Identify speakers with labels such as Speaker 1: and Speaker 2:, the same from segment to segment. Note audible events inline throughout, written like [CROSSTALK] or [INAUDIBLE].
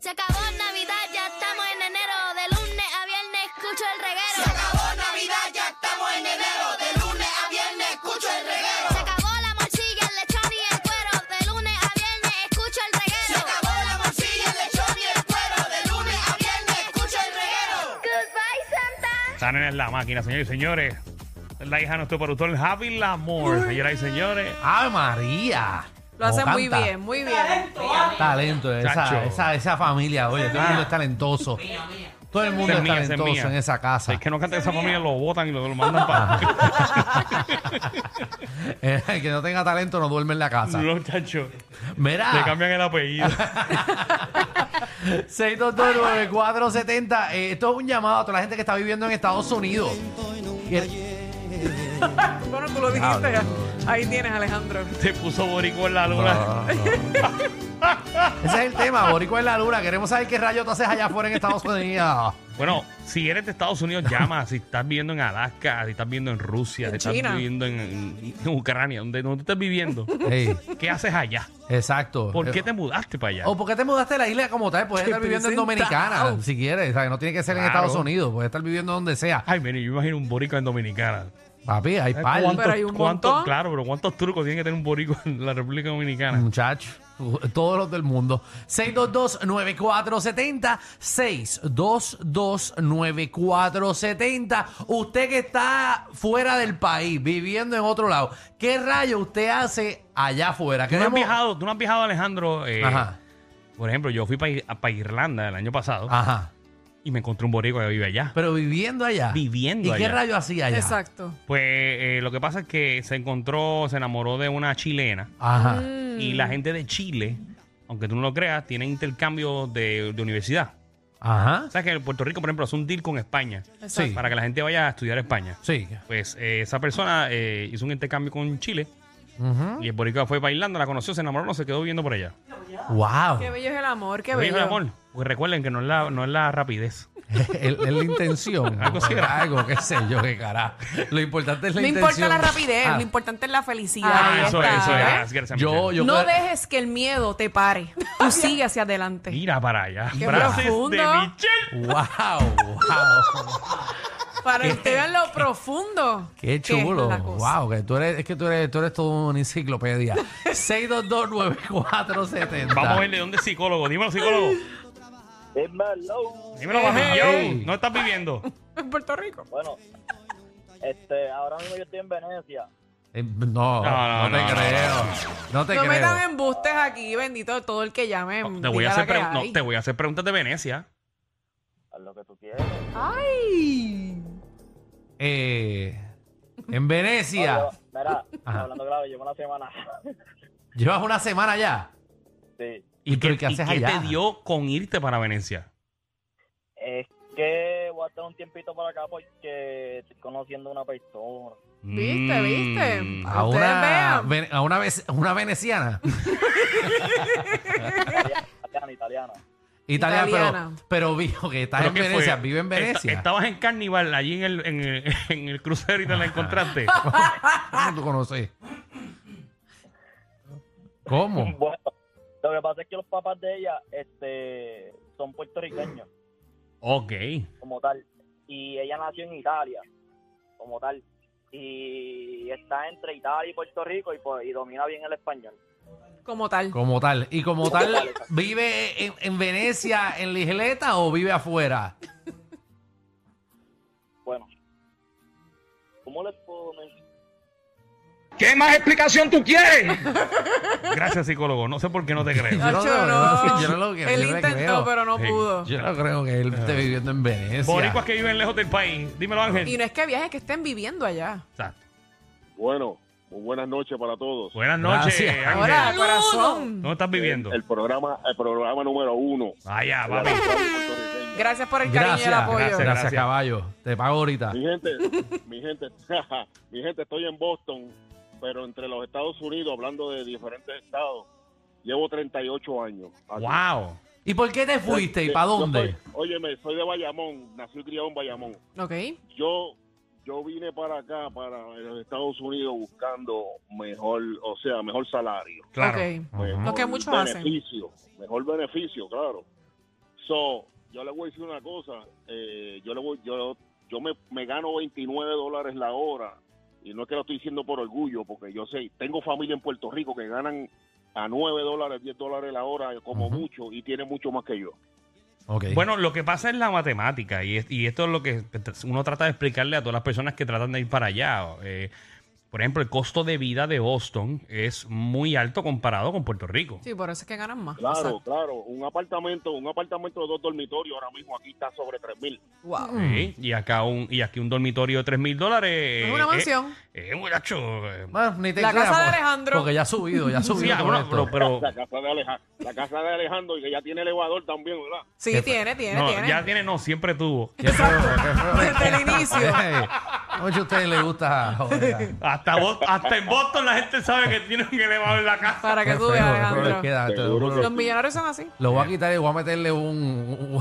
Speaker 1: Se acabó Navidad, ya estamos en enero. De lunes a viernes escucho el reguero.
Speaker 2: Se acabó Navidad, ya estamos en enero. De lunes a viernes escucho el reguero.
Speaker 1: Se acabó la morcilla, el lechón y el cuero. De lunes a viernes escucho el
Speaker 2: Se
Speaker 1: reguero.
Speaker 2: acabó la morcilla, el lechón y el cuero. De lunes a viernes escucho el reguero.
Speaker 1: Goodbye, Santa.
Speaker 3: Esa nena es la máquina, señores y señores. Es la hija de nuestro productor Javi Lamor, señoras y señores.
Speaker 4: ¡Ave María!
Speaker 5: Lo hace
Speaker 4: Como
Speaker 5: muy
Speaker 4: canta.
Speaker 5: bien, muy bien.
Speaker 4: Talento,
Speaker 3: Chacho.
Speaker 4: esa, esa, esa familia, oye, todo el mundo es talentoso. Todo el mundo
Speaker 3: Esa
Speaker 4: es
Speaker 3: es mía, esa es
Speaker 4: talentoso
Speaker 3: mía.
Speaker 4: en esa casa.
Speaker 3: Es que no canta esa familia, lo botan y lo, lo mandan para.
Speaker 4: [LAUGHS]
Speaker 5: [LAUGHS]
Speaker 4: El que no tenga talento no duerme en la casa.
Speaker 3: [LAUGHS] Los chachos. Le
Speaker 4: Mira,
Speaker 3: cambian el apellido.
Speaker 5: Ah.
Speaker 4: 6229470. Eh, esto es un llamado a toda la gente que está viviendo en Estados Unidos. Y el-
Speaker 5: Bueno, tú lo dijiste ya. Ahí tienes, Alejandro.
Speaker 3: [LAUGHS] Se puso boricua en la luna.
Speaker 4: Ese es el tema, Boricua en la luna. Queremos saber qué rayos tú haces allá afuera en Estados Unidos.
Speaker 3: Bueno, si eres de Estados Unidos, llama. Si estás viviendo en Alaska, si estás viviendo en Rusia,
Speaker 5: En
Speaker 3: si estás
Speaker 5: China.
Speaker 3: viviendo en, en- en Ucrania, donde, donde estés viviendo,
Speaker 5: [LAUGHS]
Speaker 4: Ey,
Speaker 3: ¿qué haces allá?
Speaker 4: exacto. Eh,
Speaker 3: ¿Por qué te mudaste para allá?
Speaker 5: Oh.
Speaker 4: ¿O por qué te mudaste a la isla como tal? Puedes
Speaker 5: Qué
Speaker 4: estar viviendo en
Speaker 5: presentado.
Speaker 4: Dominicana, si quieres. O sea, que no tiene que ser en
Speaker 3: Claro.
Speaker 4: Estados Unidos. Puedes estar viviendo donde sea.
Speaker 3: Ay, mire, yo imagino un boricua en Dominicana.
Speaker 4: Papi, hay
Speaker 3: ¿Sabes
Speaker 4: par.
Speaker 5: Pero hay un
Speaker 3: cuántos-
Speaker 5: montón.
Speaker 3: Claro, pero ¿cuántos turcos tiene que tener un boricua en la República Dominicana?
Speaker 4: Muchachos, todos los del mundo. 622-9470. 622-9470. Usted que está fuera del país, viviendo en otro lado, ¿qué rayo usted hace allá afuera?
Speaker 3: ¿Tú no, has
Speaker 4: Queremos-
Speaker 3: viajado, tú no has viajado, Alejandro. eh,
Speaker 4: Ajá,
Speaker 3: Por ejemplo, yo fui para Irlanda el año pasado
Speaker 4: ajá.
Speaker 3: y me encontré un boricua que vive allá.
Speaker 4: Pero viviendo allá.
Speaker 3: Viviendo
Speaker 4: ¿Y qué
Speaker 3: allá.
Speaker 4: rayo hacía allá?
Speaker 5: Exacto.
Speaker 3: Pues eh, lo que pasa es que se encontró, se enamoró de una chilena
Speaker 4: Ajá.
Speaker 5: Mm.
Speaker 3: y la gente de Chile, aunque tú no lo creas, tiene intercambio de, de universidad.
Speaker 4: Ajá.
Speaker 3: O sea que en Puerto Rico, por ejemplo, hace un deal con España
Speaker 5: Exacto.
Speaker 3: para que la gente vaya a estudiar a España.
Speaker 4: Sí.
Speaker 3: Pues eh, esa persona eh, hizo un intercambio con Chile
Speaker 4: Ujú.
Speaker 3: y el boricua fue bailando, la conoció, se enamoró, se quedó viviendo por allá.
Speaker 4: Wow.
Speaker 5: Qué bello es el amor, qué
Speaker 3: Me dijo,
Speaker 5: bello.
Speaker 3: mi amor, porque recuerden que no es la, no es la rapidez.
Speaker 4: Es es la
Speaker 3: [LAUGHS]
Speaker 4: intención.
Speaker 3: Algo así era.
Speaker 4: Algo, qué sé yo, qué carajo. Lo importante es la
Speaker 5: No importa
Speaker 4: intención.
Speaker 5: la rapidez,
Speaker 4: Ah,
Speaker 5: lo importante es la felicidad.
Speaker 3: Ah,
Speaker 5: Ahí
Speaker 3: eso,
Speaker 5: está,
Speaker 3: eso era.
Speaker 5: ¿ves?
Speaker 3: así que era San
Speaker 4: Yo,
Speaker 3: Vicente.
Speaker 4: yo
Speaker 5: No dejes que el miedo te pare. Tú sigue
Speaker 3: [LAUGHS]
Speaker 5: hacia adelante.
Speaker 3: Mira para allá.
Speaker 5: Qué
Speaker 3: Frases de
Speaker 5: profundo.
Speaker 3: Michelle.
Speaker 4: Wow, wow.
Speaker 5: Para que
Speaker 3: este-
Speaker 5: te vean lo profundo.
Speaker 4: Qué
Speaker 5: que es
Speaker 4: chulo.
Speaker 5: la cosa.
Speaker 4: Wow, que tú eres, es que tú eres, tú eres todo una enciclopedia. [LAUGHS] 6229470.
Speaker 3: Vamos a verle dónde es psicólogo. Dímelo, psicólogo.
Speaker 6: Dímelo.
Speaker 3: Dímelo, papi.
Speaker 4: Ey.
Speaker 3: Yo, ¿No estás viviendo?
Speaker 5: En Puerto Rico.
Speaker 6: Bueno, este, ahora mismo yo estoy en Venecia.
Speaker 4: Eh, No, no,
Speaker 3: no,
Speaker 4: te
Speaker 3: no,
Speaker 4: creo. No te
Speaker 5: No metan
Speaker 4: creo.
Speaker 5: embustes aquí, bendito todo el que llame.
Speaker 3: te, voy a
Speaker 5: diga
Speaker 3: hacer
Speaker 5: la que
Speaker 3: pregun- no,
Speaker 5: hay.
Speaker 3: te voy a hacer preguntas de Venecia.
Speaker 6: Haz lo que tú quieras.
Speaker 5: Ay.
Speaker 4: Eh, en
Speaker 6: Oye,
Speaker 5: [LAUGHS]
Speaker 4: Venecia.
Speaker 6: Mira,
Speaker 4: Ajá.
Speaker 6: hablando claro, llevo una semana. [LAUGHS]
Speaker 4: Llevas una semana ya.
Speaker 6: Sí.
Speaker 4: ¿Y pero qué
Speaker 3: y
Speaker 4: haces
Speaker 3: qué
Speaker 4: allá?
Speaker 3: te dio con irte para Venecia?
Speaker 6: Es que voy a estar un tiempito por acá porque estoy conociendo una persona.
Speaker 5: ¿Viste, viste?
Speaker 3: Mm.
Speaker 4: A
Speaker 5: Ustedes
Speaker 4: una,
Speaker 5: vean.
Speaker 4: ven- a una, vez- una
Speaker 5: [LAUGHS]
Speaker 4: veneciana.
Speaker 6: Italiana, italiana.
Speaker 4: Italiana,
Speaker 5: Italiana.
Speaker 4: pero, pero vio que estás
Speaker 3: ¿Pero
Speaker 4: en
Speaker 3: qué fue?
Speaker 4: Venecia, vive en Venecia.
Speaker 3: Esta- estabas en Carnival, allí en el, en el, [LAUGHS] en el crucero y te la
Speaker 5: [LAUGHS]
Speaker 3: encontraste.
Speaker 4: ¿Cómo tú conoces? ¿Cómo?
Speaker 6: Bueno, lo que pasa es que los papás de ella este, son puertorriqueños,
Speaker 3: ok.
Speaker 6: como tal. Y ella nació en Italia, como tal. Y está entre Italia y Puerto Rico y, pues, y domina bien el español.
Speaker 5: Como tal.
Speaker 4: Como tal. ¿Y como tal vive en, en Venecia, en la isleta o vive afuera?
Speaker 6: Bueno, ¿cómo les puedo mencionar?
Speaker 3: ¿Qué más explicación tú quieres? Gracias, psicólogo. No sé por qué no te creo.
Speaker 4: Yo no
Speaker 5: Nacho,
Speaker 4: lo- yo no-
Speaker 5: no.
Speaker 4: yo no lo creo,
Speaker 5: Él
Speaker 4: yo no le
Speaker 5: intentó,
Speaker 4: creo.
Speaker 5: pero no
Speaker 3: Sí.
Speaker 5: pudo.
Speaker 4: Yo no creo que él esté viviendo en Venecia.
Speaker 3: Boricuas que viven lejos del país. Dímelo,
Speaker 5: Y
Speaker 3: Ángel.
Speaker 5: no es que viajes, que estén viviendo allá.
Speaker 3: Exacto.
Speaker 7: Bueno, muy buenas noches para todos.
Speaker 3: Buenas noches,
Speaker 4: Gracias.
Speaker 3: Ángel.
Speaker 5: Ahora, corazón.
Speaker 3: ¿Dónde estás viviendo?
Speaker 7: El programa, el programa número uno.
Speaker 3: Vaya,
Speaker 7: de la
Speaker 3: papi.
Speaker 7: radio puertorriqueña.
Speaker 5: Gracias por el cariño y
Speaker 4: Gracias,
Speaker 5: el apoyo.
Speaker 4: gracias, gracias,
Speaker 3: Gracias.
Speaker 4: caballo. Te pago ahorita.
Speaker 7: Mi gente, mi gente, [LAUGHS] mi gente, estoy en Boston, pero entre los Estados Unidos, hablando de diferentes estados, llevo 38 años. aquí.
Speaker 3: Wow.
Speaker 4: ¿Y por qué te fuiste y
Speaker 7: Yo-
Speaker 4: para
Speaker 7: yo
Speaker 4: dónde?
Speaker 7: soy- Óyeme, soy de Bayamón, nací y criado en Bayamón.
Speaker 5: Ok.
Speaker 7: Yo, yo vine para acá, para los Estados Unidos, buscando mejor, o sea, mejor salario.
Speaker 3: Claro.
Speaker 5: Ok.
Speaker 7: Pues,
Speaker 4: Ajá.
Speaker 5: Lo que muchos hacen.
Speaker 7: beneficio, Mejor beneficio, claro. So, yo le voy a decir una cosa, eh, yo le voy, yo, yo me, me gano 29 dólares la hora y no es que lo estoy diciendo por orgullo, porque yo sé, tengo familia en Puerto Rico que ganan a 9 dólares, 10 dólares la hora como
Speaker 4: Ujú.
Speaker 7: mucho y tiene mucho más que yo.
Speaker 4: Ok.
Speaker 3: Bueno, lo que pasa es la matemática y, es- y esto es lo que uno trata de explicarle a todas las personas que tratan de ir para allá. Eh, por ejemplo, el costo de vida de Boston es muy alto comparado con Puerto Rico.
Speaker 5: Sí, por eso es que ganan más.
Speaker 7: Claro,
Speaker 5: Exacto.
Speaker 7: claro, un apartamento, un apartamento de dos dormitorios ahora mismo aquí está sobre 3 mil.
Speaker 5: Wow.
Speaker 4: Eh,
Speaker 3: Sí, Y acá un y aquí un dormitorio de 3 mil dólares.
Speaker 5: Es una
Speaker 3: eh,
Speaker 5: mansión.
Speaker 3: Eh, muchacho. eh,
Speaker 4: Bueno, ni te
Speaker 5: La
Speaker 4: creas,
Speaker 5: casa de
Speaker 4: porque-
Speaker 5: Alejandro.
Speaker 4: Porque ya ha subido, ya ha
Speaker 3: sí,
Speaker 4: subido.
Speaker 3: ah,
Speaker 4: todo
Speaker 3: bueno,
Speaker 4: esto.
Speaker 3: pero, pero-
Speaker 7: La casa de Alejandro, la casa de Alejandro y que ya tiene elevador también, ¿verdad?
Speaker 5: Sí,
Speaker 4: Qué fe-
Speaker 5: tiene, tiene,
Speaker 3: no,
Speaker 5: tiene.
Speaker 3: ya tiene, no, siempre tuvo.
Speaker 4: Qué feo, qué feo.
Speaker 5: [LAUGHS] Desde el inicio.
Speaker 4: Ey, Mucho a ustedes les gusta
Speaker 5: [LAUGHS]
Speaker 4: joder.
Speaker 3: Hasta, Bo- hasta en Boston la gente sabe que tiene un elevador en la casa.
Speaker 5: Para que
Speaker 4: Qué
Speaker 5: tú
Speaker 4: feo,
Speaker 5: veas,
Speaker 4: qué feo les
Speaker 5: Alejandro.
Speaker 4: queda, te lo
Speaker 7: Seguro
Speaker 4: juro.
Speaker 5: Los millonarios
Speaker 4: [LAUGHS]
Speaker 5: son así.
Speaker 4: Lo voy a quitar y voy a meterle un, un,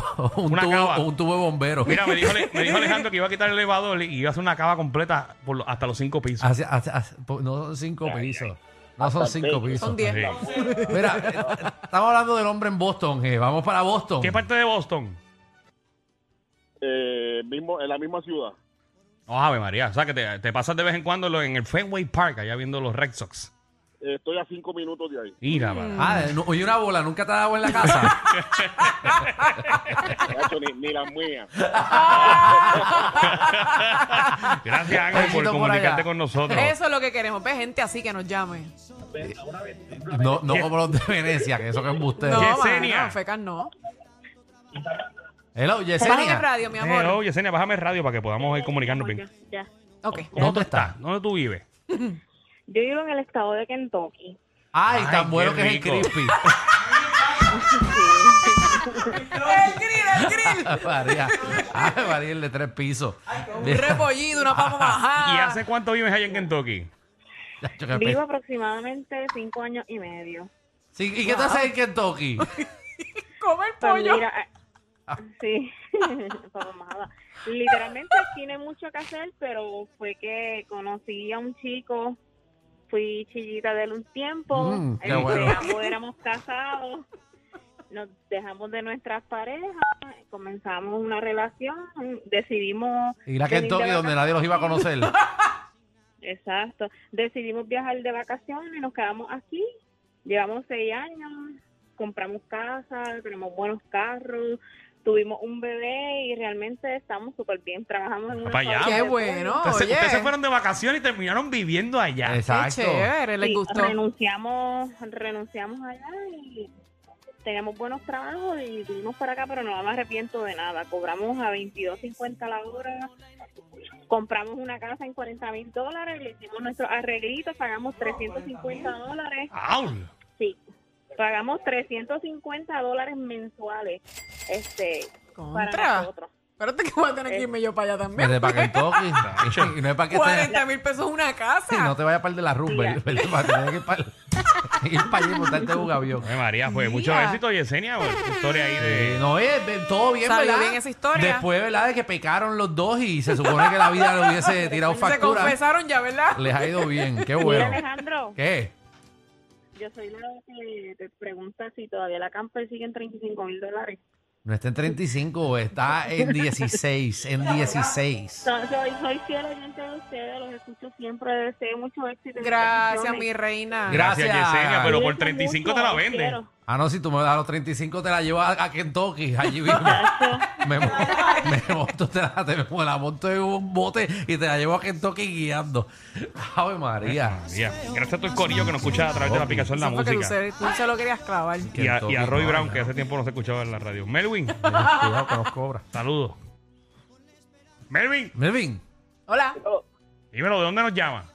Speaker 4: un
Speaker 3: Eh. Una cava.
Speaker 4: tubo, un tubo de bombero. [LAUGHS]
Speaker 3: Mira, me dijo, Ale- me dijo Alejandro que iba a quitar el elevador y iba a hacer una cava completa por lo- hasta los cinco pisos.
Speaker 4: Hace- hace- hace- po- no son cinco pisos. No son
Speaker 7: Hasta el
Speaker 4: cinco
Speaker 7: techo.
Speaker 4: pisos.
Speaker 5: Son diez.
Speaker 3: Sí.
Speaker 5: [LAUGHS]
Speaker 4: Mira, eh, estamos hablando del hombre en Boston. eh, Vamos para Boston.
Speaker 3: ¿Qué parte de Boston?
Speaker 7: Eh, mismo, en la misma ciudad.
Speaker 3: No, Oh, Ave María, o sea que te, te pasas de vez en cuando lo- en el Fenway Park, allá viendo los Red Sox.
Speaker 7: Eh, estoy a 5 minutos de ahí.
Speaker 3: Mira,
Speaker 5: Mm.
Speaker 3: mano.
Speaker 4: Ah, no- oye, una bola, nunca te ha dado en la casa.
Speaker 3: [LAUGHS]
Speaker 7: Nacho, ni, ni las mías.
Speaker 3: Gracias, Ángel, por
Speaker 4: Besito por
Speaker 3: comunicarte
Speaker 4: allá.
Speaker 3: con nosotros.
Speaker 5: Eso es lo que queremos. Ve gente así que nos llame.
Speaker 4: No, no como los de Venecia, que eso que es usted.
Speaker 5: No,
Speaker 3: Yesenia.
Speaker 5: mano, fecas no.
Speaker 4: Hello,
Speaker 5: Bájame el
Speaker 4: Yesenia.
Speaker 5: radio, mi
Speaker 3: Eh, oh,
Speaker 5: amor.
Speaker 3: Yesenia, bájame el radio para que podamos ir comunicarnos bien.
Speaker 8: Ya.
Speaker 5: Ok.
Speaker 4: ¿Dónde
Speaker 3: estás?
Speaker 4: está?
Speaker 3: ¿Dónde tú vives?
Speaker 8: Yo vivo en el estado de Kentucky.
Speaker 4: Ay,
Speaker 3: Ay,
Speaker 4: tan bueno
Speaker 3: qué
Speaker 4: que es el
Speaker 3: rico. [LAUGHS]
Speaker 4: crispy.
Speaker 5: El grill, el grill.
Speaker 4: Ay, María. Ay, María, el de tres pisos.
Speaker 5: Un repollido,
Speaker 4: [LAUGHS]
Speaker 5: una papa majada.
Speaker 3: ¿Y hace cuánto vives allá en Kentucky?
Speaker 4: Chacho, qué
Speaker 8: Vivo
Speaker 4: pe-
Speaker 8: aproximadamente cinco años y medio.
Speaker 4: Sí, ¿Y qué te hace en
Speaker 5: [LAUGHS]
Speaker 4: Kentucky?
Speaker 5: Come el
Speaker 8: Pues
Speaker 5: pollo.
Speaker 8: mira, eh, sí, Papamada. Literalmente aquí no hay mucho que hacer, pero fue que conocí a un chico, fui chillita de él un tiempo,
Speaker 4: Mm, qué
Speaker 8: este,
Speaker 4: bueno.
Speaker 8: ambos éramos casados, nos dejamos de nuestras parejas, comenzamos una relación, decidimos...
Speaker 4: Ir a
Speaker 8: venir de
Speaker 4: Kentucky donde
Speaker 8: vacaciones.
Speaker 4: nadie los iba a conocer.
Speaker 8: Exacto. Decidimos viajar de vacaciones, nos quedamos aquí, llevamos seis años, compramos casa, tenemos buenos carros, tuvimos un bebé y realmente estamos súper bien, trabajamos en una
Speaker 3: Para allá.
Speaker 8: fábrica
Speaker 5: Qué
Speaker 8: de
Speaker 5: bueno.
Speaker 8: pollo.
Speaker 3: Entonces,
Speaker 5: Oye.
Speaker 3: ustedes se fueron de vacaciones y terminaron viviendo allá.
Speaker 5: Qué
Speaker 4: Exacto.
Speaker 5: chévere, les
Speaker 8: Sí,
Speaker 5: gustó.
Speaker 8: renunciamos, renunciamos allá y teníamos buenos trabajos y vinimos para acá, pero no me arrepiento de nada. Cobramos a 22.50 la hora, compramos una casa en 40 mil dólares, le hicimos nuestros arreglitos, pagamos 350 dólares.
Speaker 3: ¡Au!
Speaker 8: Sí, pagamos 350 dólares mensuales este, para
Speaker 5: Contra.
Speaker 8: nosotros.
Speaker 5: Espérate que voy a tener que irme yo para allá también.
Speaker 4: Vete para Kentucky. Y no es para que te...
Speaker 5: 40 mil pesos una
Speaker 4: Sí,
Speaker 5: casa.
Speaker 4: no te vayas a par de la rumba. [LAUGHS]
Speaker 8: Mira.
Speaker 4: Vete para tener que ir para [LAUGHS] ir para allí y montarte en un avión.
Speaker 3: Ay, María, pues
Speaker 5: Mira.
Speaker 3: mucho éxito, Yesenia. por tu historia ahí
Speaker 4: Eh,
Speaker 3: de.
Speaker 4: no, es todo bien,
Speaker 5: Salió
Speaker 4: ¿verdad?
Speaker 5: bien esa historia.
Speaker 4: Después, ¿verdad? De que pecaron los dos y se supone que la vida le hubiese tirado
Speaker 5: [LAUGHS] Se
Speaker 4: factura.
Speaker 5: confesaron ya, ¿verdad?
Speaker 4: Les ha ido bien, qué
Speaker 8: Mira,
Speaker 4: bueno.
Speaker 8: Alejandro,
Speaker 4: ¿Qué?
Speaker 8: yo soy la que te pregunta si todavía la camper sigue en 35 mil dólares.
Speaker 4: No está en 35, está en 16, en 16.
Speaker 8: So- Soy, soy fiel oyente de ustedes, los escucho siempre, deseo mucho éxito. en sus
Speaker 5: Gracias,
Speaker 8: canciones.
Speaker 5: mi reina.
Speaker 4: Gra- Gracias.
Speaker 3: Yesenia, pero por
Speaker 8: Cuídense
Speaker 3: 35
Speaker 8: mucho,
Speaker 3: te la
Speaker 8: los
Speaker 3: venden.
Speaker 8: quiero.
Speaker 4: Ah, no, si tú me das los 35, te la llevo a, a Kentucky, allí mismo. me, mo- me monto, te la, te- me la monto en un bote y te la llevo a Kentucky guiando. Ave María.
Speaker 3: María, Gracias a tu escorillo que nos escucha a través de la aplicación La
Speaker 5: Eso fue que tú
Speaker 3: Música.
Speaker 5: se, tú se lo querías clavar.
Speaker 3: Y a, y a
Speaker 4: Kentucky,
Speaker 3: Roy
Speaker 4: no,
Speaker 3: Brown,
Speaker 4: no.
Speaker 3: que hace tiempo no se escuchaba en la radio. Melvin,
Speaker 4: [LAUGHS] Cuidado que nos cobra.
Speaker 3: saludos. Melvin,
Speaker 4: Melvin,
Speaker 5: Hola.
Speaker 3: dímelo, ¿de dónde nos llama?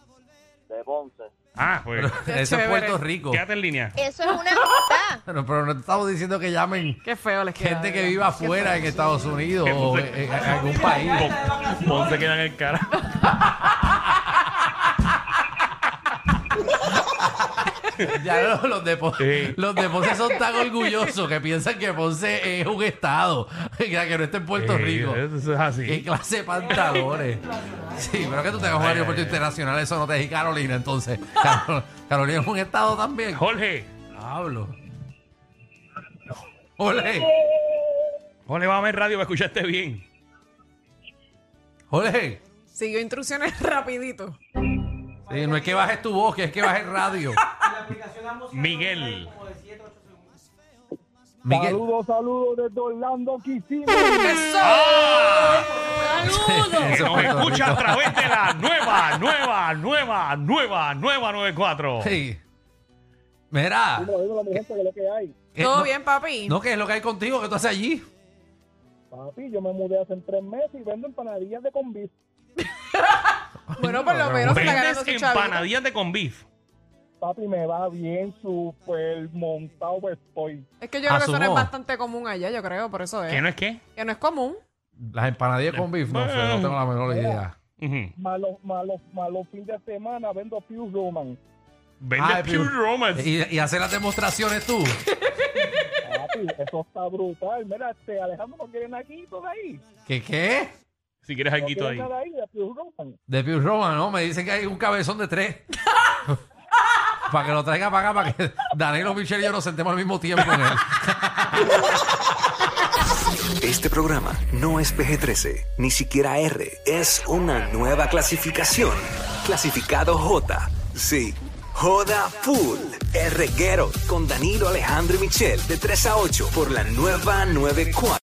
Speaker 6: de Ponce.
Speaker 3: Ah, pues.
Speaker 4: [LAUGHS]
Speaker 5: Qué
Speaker 4: eso es
Speaker 5: chévere.
Speaker 4: Puerto Rico.
Speaker 3: Quédate en línea.
Speaker 2: Eso es una amistad.
Speaker 4: Pero, pero no te estamos diciendo que llamen
Speaker 5: Qué feo les queda.
Speaker 4: gente que
Speaker 5: ¿verdad?
Speaker 4: viva afuera en Estados Unidos
Speaker 3: Que
Speaker 4: o
Speaker 3: Ponce-
Speaker 4: en, en eh, algún país.
Speaker 3: Pon- Ponce queda en el cara.
Speaker 4: Ya los, los, de Ponce,
Speaker 3: Sí.
Speaker 4: los de Ponce son tan orgullosos que piensan que Ponce es un estado, [LAUGHS] que que no está en Puerto
Speaker 3: Sí,
Speaker 4: Rico.
Speaker 3: Eso es
Speaker 4: ¿Qué
Speaker 3: así.
Speaker 4: clase de pantalones? Sí, pero que tú tengas un aeropuerto internacional, eso no te es Carolina, entonces. Carol- Carolina es un estado también.
Speaker 3: Jorge,
Speaker 4: Hablo. Ole.
Speaker 3: Ole, vamos a ver radio para escucharte bien.
Speaker 4: Ole,
Speaker 5: Siguió instrucciones [LAUGHS] rapidito.
Speaker 4: sí, no es que bajes tu voz, que es que bajes radio.
Speaker 3: Miguel.
Speaker 4: Miguel.
Speaker 6: Saludos, saludos desde Orlando, Kissimmee.
Speaker 5: Ah.
Speaker 4: ¡Ah! Eso
Speaker 3: Que
Speaker 4: es
Speaker 3: nos
Speaker 4: Puerto
Speaker 3: escucha a
Speaker 4: Rico.
Speaker 3: través de
Speaker 4: [LAUGHS]
Speaker 3: la nueva, nueva, nueva, nueva, nueva 94.
Speaker 4: Sí. Mira.
Speaker 6: Dímelo, dímelo, mi gente, que es lo que hay.
Speaker 4: [LAUGHS] que
Speaker 5: ¿Todo
Speaker 4: no-
Speaker 5: bien, papi?
Speaker 4: No, ¿qué es lo que hay contigo? ¿Qué tú haces allí?
Speaker 6: Papi, yo me mudé hace tres meses y vendo empanadillas de convis.
Speaker 5: Bueno, por lo menos se está ganando
Speaker 3: Vendes
Speaker 5: su chavito.
Speaker 3: empanadillas de con beef.
Speaker 6: Papi, me va bien, súper montado estoy.
Speaker 5: Es que yo creo que eso no es
Speaker 4: Asumo.
Speaker 5: bastante común allá, yo creo, por eso es.
Speaker 3: ¿Qué no es qué?
Speaker 5: Que no es común.
Speaker 4: Las empanadillas con beef. No, sé, no tengo la menor idea.
Speaker 3: Ujú.
Speaker 6: Malos, malos, malos fines de semana vendo Pew Roman.
Speaker 3: Vende
Speaker 4: Ay,
Speaker 3: Pure
Speaker 4: pero-
Speaker 3: Romance.
Speaker 4: Y, y hacer las demostraciones tú.
Speaker 6: Papi, eso está brutal. Mira, este, Alejandro, ¿no quieren aquí por ahí?
Speaker 4: ¿Qué qué?
Speaker 3: Si quieres
Speaker 6: ¿No
Speaker 3: aquí
Speaker 6: quieren
Speaker 3: ahí.
Speaker 6: nada ahí de Pew Roman?
Speaker 4: De Pius Roma, ¿no? Me dicen que hay un cabezón de tres. para que lo traiga para acá, para que Danilo, Michelle y yo nos sentemos al mismo tiempo en él.
Speaker 8: Este programa no es PG-13, ni siquiera R. Es una nueva clasificación. Clasificado J. Sí. Joda Full. R. Guerrero con Danilo Alejandro y Michel de 3 a 8 por la nueva 94.